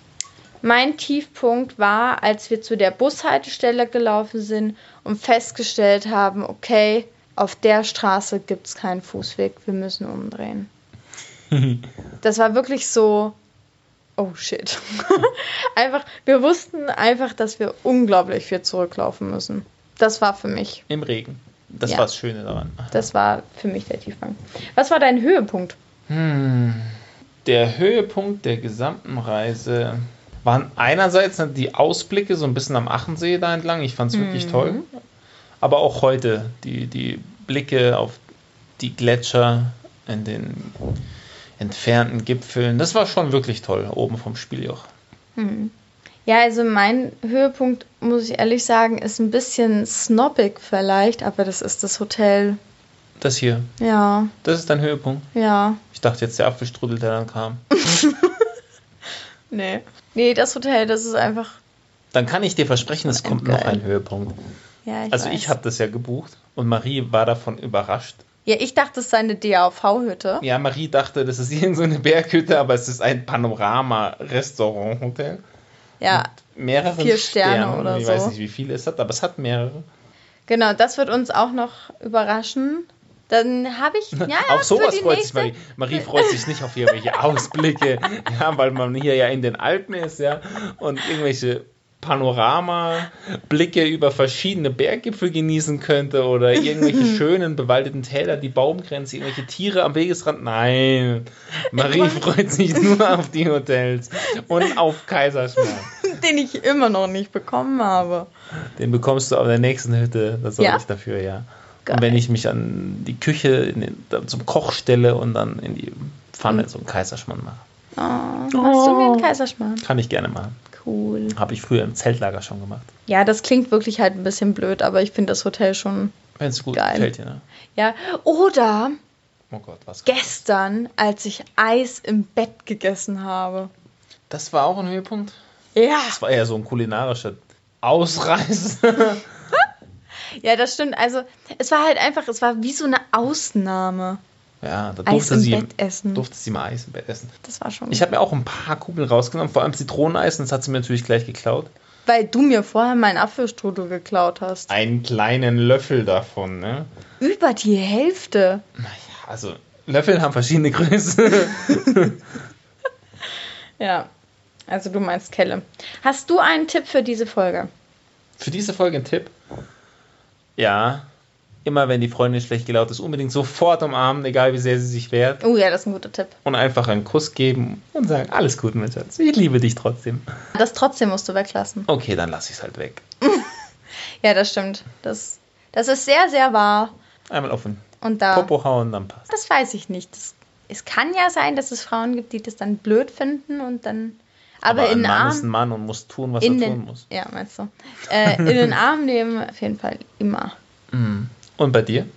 Speaker 1: Mein Tiefpunkt war, als wir zu der Bushaltestelle gelaufen sind und festgestellt haben, okay, auf der Straße gibt es keinen Fußweg, wir müssen umdrehen. das war wirklich so, oh shit. einfach, wir wussten einfach, dass wir unglaublich viel zurücklaufen müssen. Das war für mich,
Speaker 2: Im Regen. Das
Speaker 1: Ja.
Speaker 2: war das Schöne daran.
Speaker 1: das war für mich der Tiefpunkt. Was war dein Höhepunkt?
Speaker 2: Der Höhepunkt der gesamten Reise waren einerseits ne, die Ausblicke so ein bisschen am Achensee da entlang. Ich fand es wirklich toll. Aber auch heute die, die Blicke auf die Gletscher in den entfernten Gipfeln. Das war schon wirklich toll, oben vom Spieljoch.
Speaker 1: Ja, also mein Höhepunkt, muss ich ehrlich sagen, ist ein bisschen snobbig vielleicht, aber das ist das Hotel.
Speaker 2: Das hier,
Speaker 1: Ja,
Speaker 2: das ist dein Höhepunkt.
Speaker 1: ja.
Speaker 2: Ich dachte jetzt der Apfelstrudel, der dann kam.
Speaker 1: Nee. Nee, das Hotel, das ist einfach.
Speaker 2: Dann kann ich dir versprechen, es kommt noch
Speaker 1: Geil.
Speaker 2: ein Höhepunkt.
Speaker 1: Ja, ich
Speaker 2: Also
Speaker 1: weiß.
Speaker 2: ich habe das ja gebucht und Marie war davon überrascht.
Speaker 1: Ja, ich dachte, es sei eine DAV-Hütte.
Speaker 2: Ja, Marie dachte, das ist irgend so eine Berghütte, aber es ist ein Panorama-Restaurant-Hotel.
Speaker 1: Ja.
Speaker 2: Mehrere
Speaker 1: Vier Sterne oder
Speaker 2: ich
Speaker 1: so.
Speaker 2: weiß nicht, wie viele es hat, aber es hat mehrere.
Speaker 1: Genau, das wird uns auch noch überraschen. Dann habe ich. Ja,
Speaker 2: Auch sowas
Speaker 1: für die
Speaker 2: freut sich
Speaker 1: nächste.
Speaker 2: Marie. Marie freut sich nicht auf irgendwelche Ausblicke, ja, weil man hier ja in den Alpen ist, ja, und irgendwelche Panorama-Blicke über verschiedene Berggipfel genießen könnte oder irgendwelche schönen bewaldeten Täler, die Baumgrenze, irgendwelche Tiere am Wegesrand. Nein, Marie freut sich nur auf die Hotels und auf Kaiserschmarrn.
Speaker 1: Den ich immer noch nicht bekommen habe.
Speaker 2: Den bekommst du auf der nächsten Hütte. Das soll
Speaker 1: Ja?
Speaker 2: ich dafür, ja.
Speaker 1: Geil.
Speaker 2: Und wenn ich mich an die Küche in den, dann zum Koch stelle und dann in die Pfanne
Speaker 1: Mhm.
Speaker 2: so einen Kaiserschmarrn mache.
Speaker 1: Oh, Hast du mir einen Kaiserschmarrn?
Speaker 2: Kann ich gerne
Speaker 1: Oh.
Speaker 2: machen.
Speaker 1: Cool.
Speaker 2: Habe ich früher im Zeltlager schon gemacht.
Speaker 1: Ja, das klingt wirklich halt ein bisschen blöd, aber ich finde das Hotel schon.
Speaker 2: Wenn es gut
Speaker 1: Geil.
Speaker 2: gefällt dir, ne?
Speaker 1: Ja. Oder
Speaker 2: Oh Gott, was?
Speaker 1: gestern, als ich Eis im Bett gegessen habe.
Speaker 2: Das war auch ein Höhepunkt.
Speaker 1: Ja.
Speaker 2: Das war ja so ein kulinarischer Ausreißer.
Speaker 1: Ja, das stimmt. Also, es war halt einfach, es war wie so eine Ausnahme.
Speaker 2: ja, da
Speaker 1: Eis
Speaker 2: durfte
Speaker 1: im
Speaker 2: sie,
Speaker 1: Bett essen.
Speaker 2: durfte sie mal Eis im Bett essen.
Speaker 1: Das war schon.
Speaker 2: Ich habe mir auch ein paar Kugeln rausgenommen, vor allem Zitroneneis, und das hat sie mir natürlich gleich geklaut.
Speaker 1: weil du mir vorher meinen Apfelstrudel geklaut hast.
Speaker 2: Einen kleinen Löffel davon, ne?
Speaker 1: Über die Hälfte.
Speaker 2: Naja, also Löffel haben verschiedene Größen.
Speaker 1: Ja. Also, du meinst Kelle. Hast du einen Tipp für diese Folge?
Speaker 2: Für diese Folge ein Tipp. Ja, immer wenn die Freundin schlecht gelaunt ist, unbedingt sofort umarmen, egal wie sehr sie sich wehrt.
Speaker 1: Oh ja, das ist ein guter Tipp.
Speaker 2: Und einfach einen Kuss geben und sagen, alles gut, mein Schatz, ich liebe dich trotzdem.
Speaker 1: Das trotzdem musst du weglassen.
Speaker 2: Okay, dann lass ich es halt weg.
Speaker 1: Ja, das stimmt. Das, das ist sehr, sehr wahr.
Speaker 2: Einmal auf den
Speaker 1: Und da.
Speaker 2: Popo hauen, dann passt.
Speaker 1: Das weiß ich nicht. Das, es kann ja sein, dass es Frauen gibt, die das dann blöd finden und dann. Aber,
Speaker 2: ein
Speaker 1: in den
Speaker 2: Mann ist ein
Speaker 1: Arm.
Speaker 2: Mann und muss tun, was
Speaker 1: In
Speaker 2: er tun
Speaker 1: den,
Speaker 2: muss.
Speaker 1: ja, meinst du? Äh, in den Arm nehmen, auf jeden Fall immer.
Speaker 2: Und bei dir?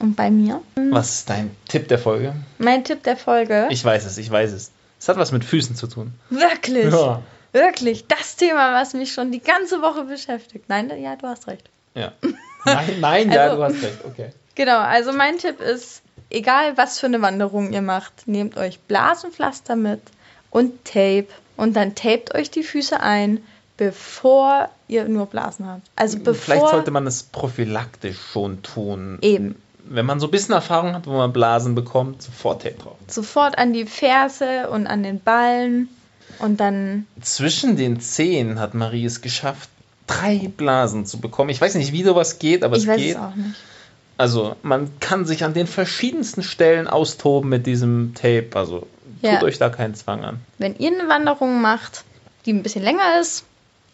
Speaker 1: Und bei mir?
Speaker 2: Was ist dein Tipp der Folge?
Speaker 1: Mein Tipp der Folge.
Speaker 2: Ich weiß es, ich weiß es. Es hat was mit Füßen zu tun.
Speaker 1: wirklich,
Speaker 2: Ja.
Speaker 1: wirklich, das Thema, was mich schon die ganze Woche beschäftigt. Nein, ja, du hast recht.
Speaker 2: ja. Nein, nein, ja,
Speaker 1: Also-
Speaker 2: du hast recht. Okay.
Speaker 1: Genau, also mein Tipp ist, egal was für eine Wanderung ihr macht, nehmt euch Blasenpflaster mit und Tape und dann tapet euch die Füße ein, bevor ihr nur Blasen habt. Also bevor
Speaker 2: Vielleicht sollte man es prophylaktisch schon tun.
Speaker 1: eben
Speaker 2: wenn man so ein bisschen Erfahrung hat, wo man Blasen bekommt, sofort Tape drauf.
Speaker 1: sofort an die Ferse und an den Ballen und dann
Speaker 2: Zwischen den Zehen hat Marie es geschafft, drei Blasen zu bekommen. Ich weiß nicht, wie sowas geht, aber
Speaker 1: ich
Speaker 2: es
Speaker 1: weiß
Speaker 2: geht.
Speaker 1: es auch nicht.
Speaker 2: Also man kann sich an den verschiedensten Stellen austoben mit diesem Tape. Also
Speaker 1: Ja.
Speaker 2: tut euch da keinen Zwang an.
Speaker 1: Wenn ihr eine Wanderung macht, die ein bisschen länger ist,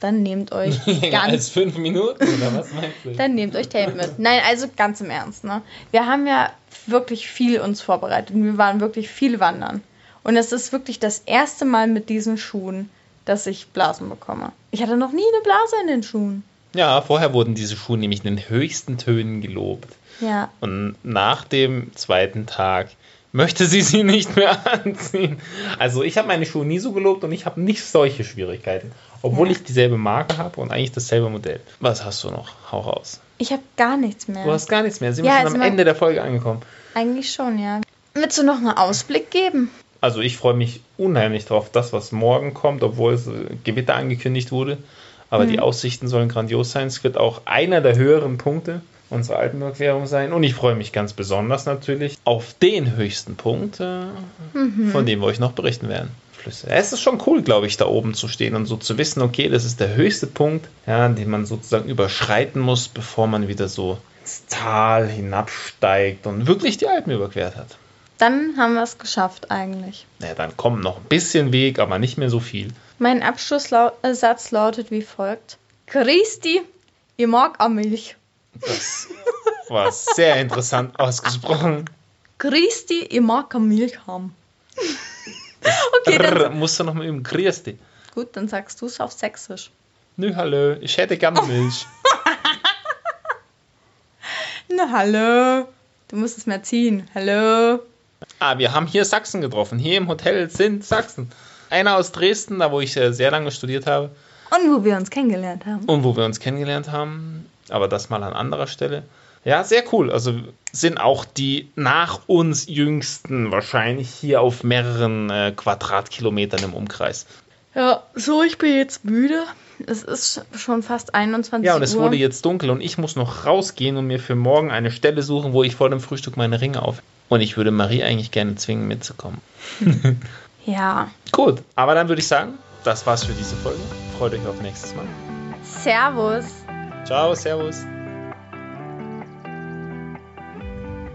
Speaker 1: dann nehmt euch
Speaker 2: Länger
Speaker 1: ganz
Speaker 2: als fünf Minuten, oder was meinst du?
Speaker 1: Dann nehmt euch Tape mit. Nein, also ganz im Ernst, ne? Wir haben ja wirklich viel uns vorbereitet. und Wir waren wirklich viel wandern. Und es ist wirklich das erste Mal mit diesen Schuhen, dass ich Blasen bekomme. Ich hatte noch nie eine Blase in den Schuhen.
Speaker 2: Ja, vorher wurden diese Schuhe nämlich in den höchsten Tönen gelobt.
Speaker 1: Ja.
Speaker 2: Und nach dem zweiten Tag möchte sie sie nicht mehr anziehen. Also ich habe meine Schuhe nie so gelobt und ich habe nicht solche Schwierigkeiten. Obwohl ich dieselbe Marke habe und eigentlich dasselbe Modell. Was hast du noch? Hau raus.
Speaker 1: Ich habe gar nichts mehr.
Speaker 2: Du hast gar nichts mehr. Sie
Speaker 1: Ja,
Speaker 2: sind
Speaker 1: also
Speaker 2: schon am
Speaker 1: mein-
Speaker 2: Ende der Folge angekommen.
Speaker 1: Eigentlich schon, ja. Willst du noch einen Ausblick geben?
Speaker 2: Also ich freue mich unheimlich drauf, das, was morgen kommt, obwohl es äh, Gewitter angekündigt wurde. Aber die Aussichten sollen grandios sein. Es wird auch einer der höheren Punkte unserer Alpenbergklärung sein. Und ich freue mich ganz besonders natürlich auf den höchsten Punkt, äh, von dem wir euch noch berichten werden. Flüsse. Es ist schon cool, glaube ich, da oben zu stehen und so zu wissen, okay, das ist der höchste Punkt, ja, den man sozusagen überschreiten muss, bevor man wieder so ins Tal hinabsteigt und wirklich die Alpen überquert hat.
Speaker 1: Dann haben wir es geschafft eigentlich.
Speaker 2: Naja, dann kommt noch ein bisschen Weg, aber nicht mehr so viel.
Speaker 1: Mein Abschlusssatz lautet wie folgt. Christi, ich mag auch Milch.
Speaker 2: Das war sehr interessant ausgesprochen.
Speaker 1: Christi, ich mag auch Milch haben. okay, dann,
Speaker 2: Brr, musst du noch mal üben. Christi.
Speaker 1: gut, dann sagst du es auf Sächsisch.
Speaker 2: Nö, hallo, ich hätte gerne Milch.
Speaker 1: Na hallo. Du musst es mehr ziehen. Hallo.
Speaker 2: Ah, wir haben hier Sachsen getroffen. Hier im Hotel sind Sachsen. Einer aus Dresden, da wo ich äh, sehr lange studiert habe
Speaker 1: Und wo wir uns kennengelernt haben.
Speaker 2: und wo wir uns kennengelernt haben. Aber das mal an anderer Stelle. Ja, sehr cool. Also sind auch die nach uns jüngsten wahrscheinlich hier auf mehreren äh, Quadratkilometern im Umkreis.
Speaker 1: Ja, so, ich bin jetzt müde. Es ist schon fast 21
Speaker 2: Ja, und es
Speaker 1: Uhr.
Speaker 2: wurde jetzt dunkel und ich muss noch rausgehen und mir für morgen eine Stelle suchen, wo ich vor dem Frühstück meine Ringe auf. Und ich würde Marie eigentlich gerne zwingen, mitzukommen.
Speaker 1: ja.
Speaker 2: Gut, aber dann würde ich sagen, das war's für diese Folge. Freut euch auf nächstes Mal.
Speaker 1: Servus.
Speaker 2: Ciao, Servus.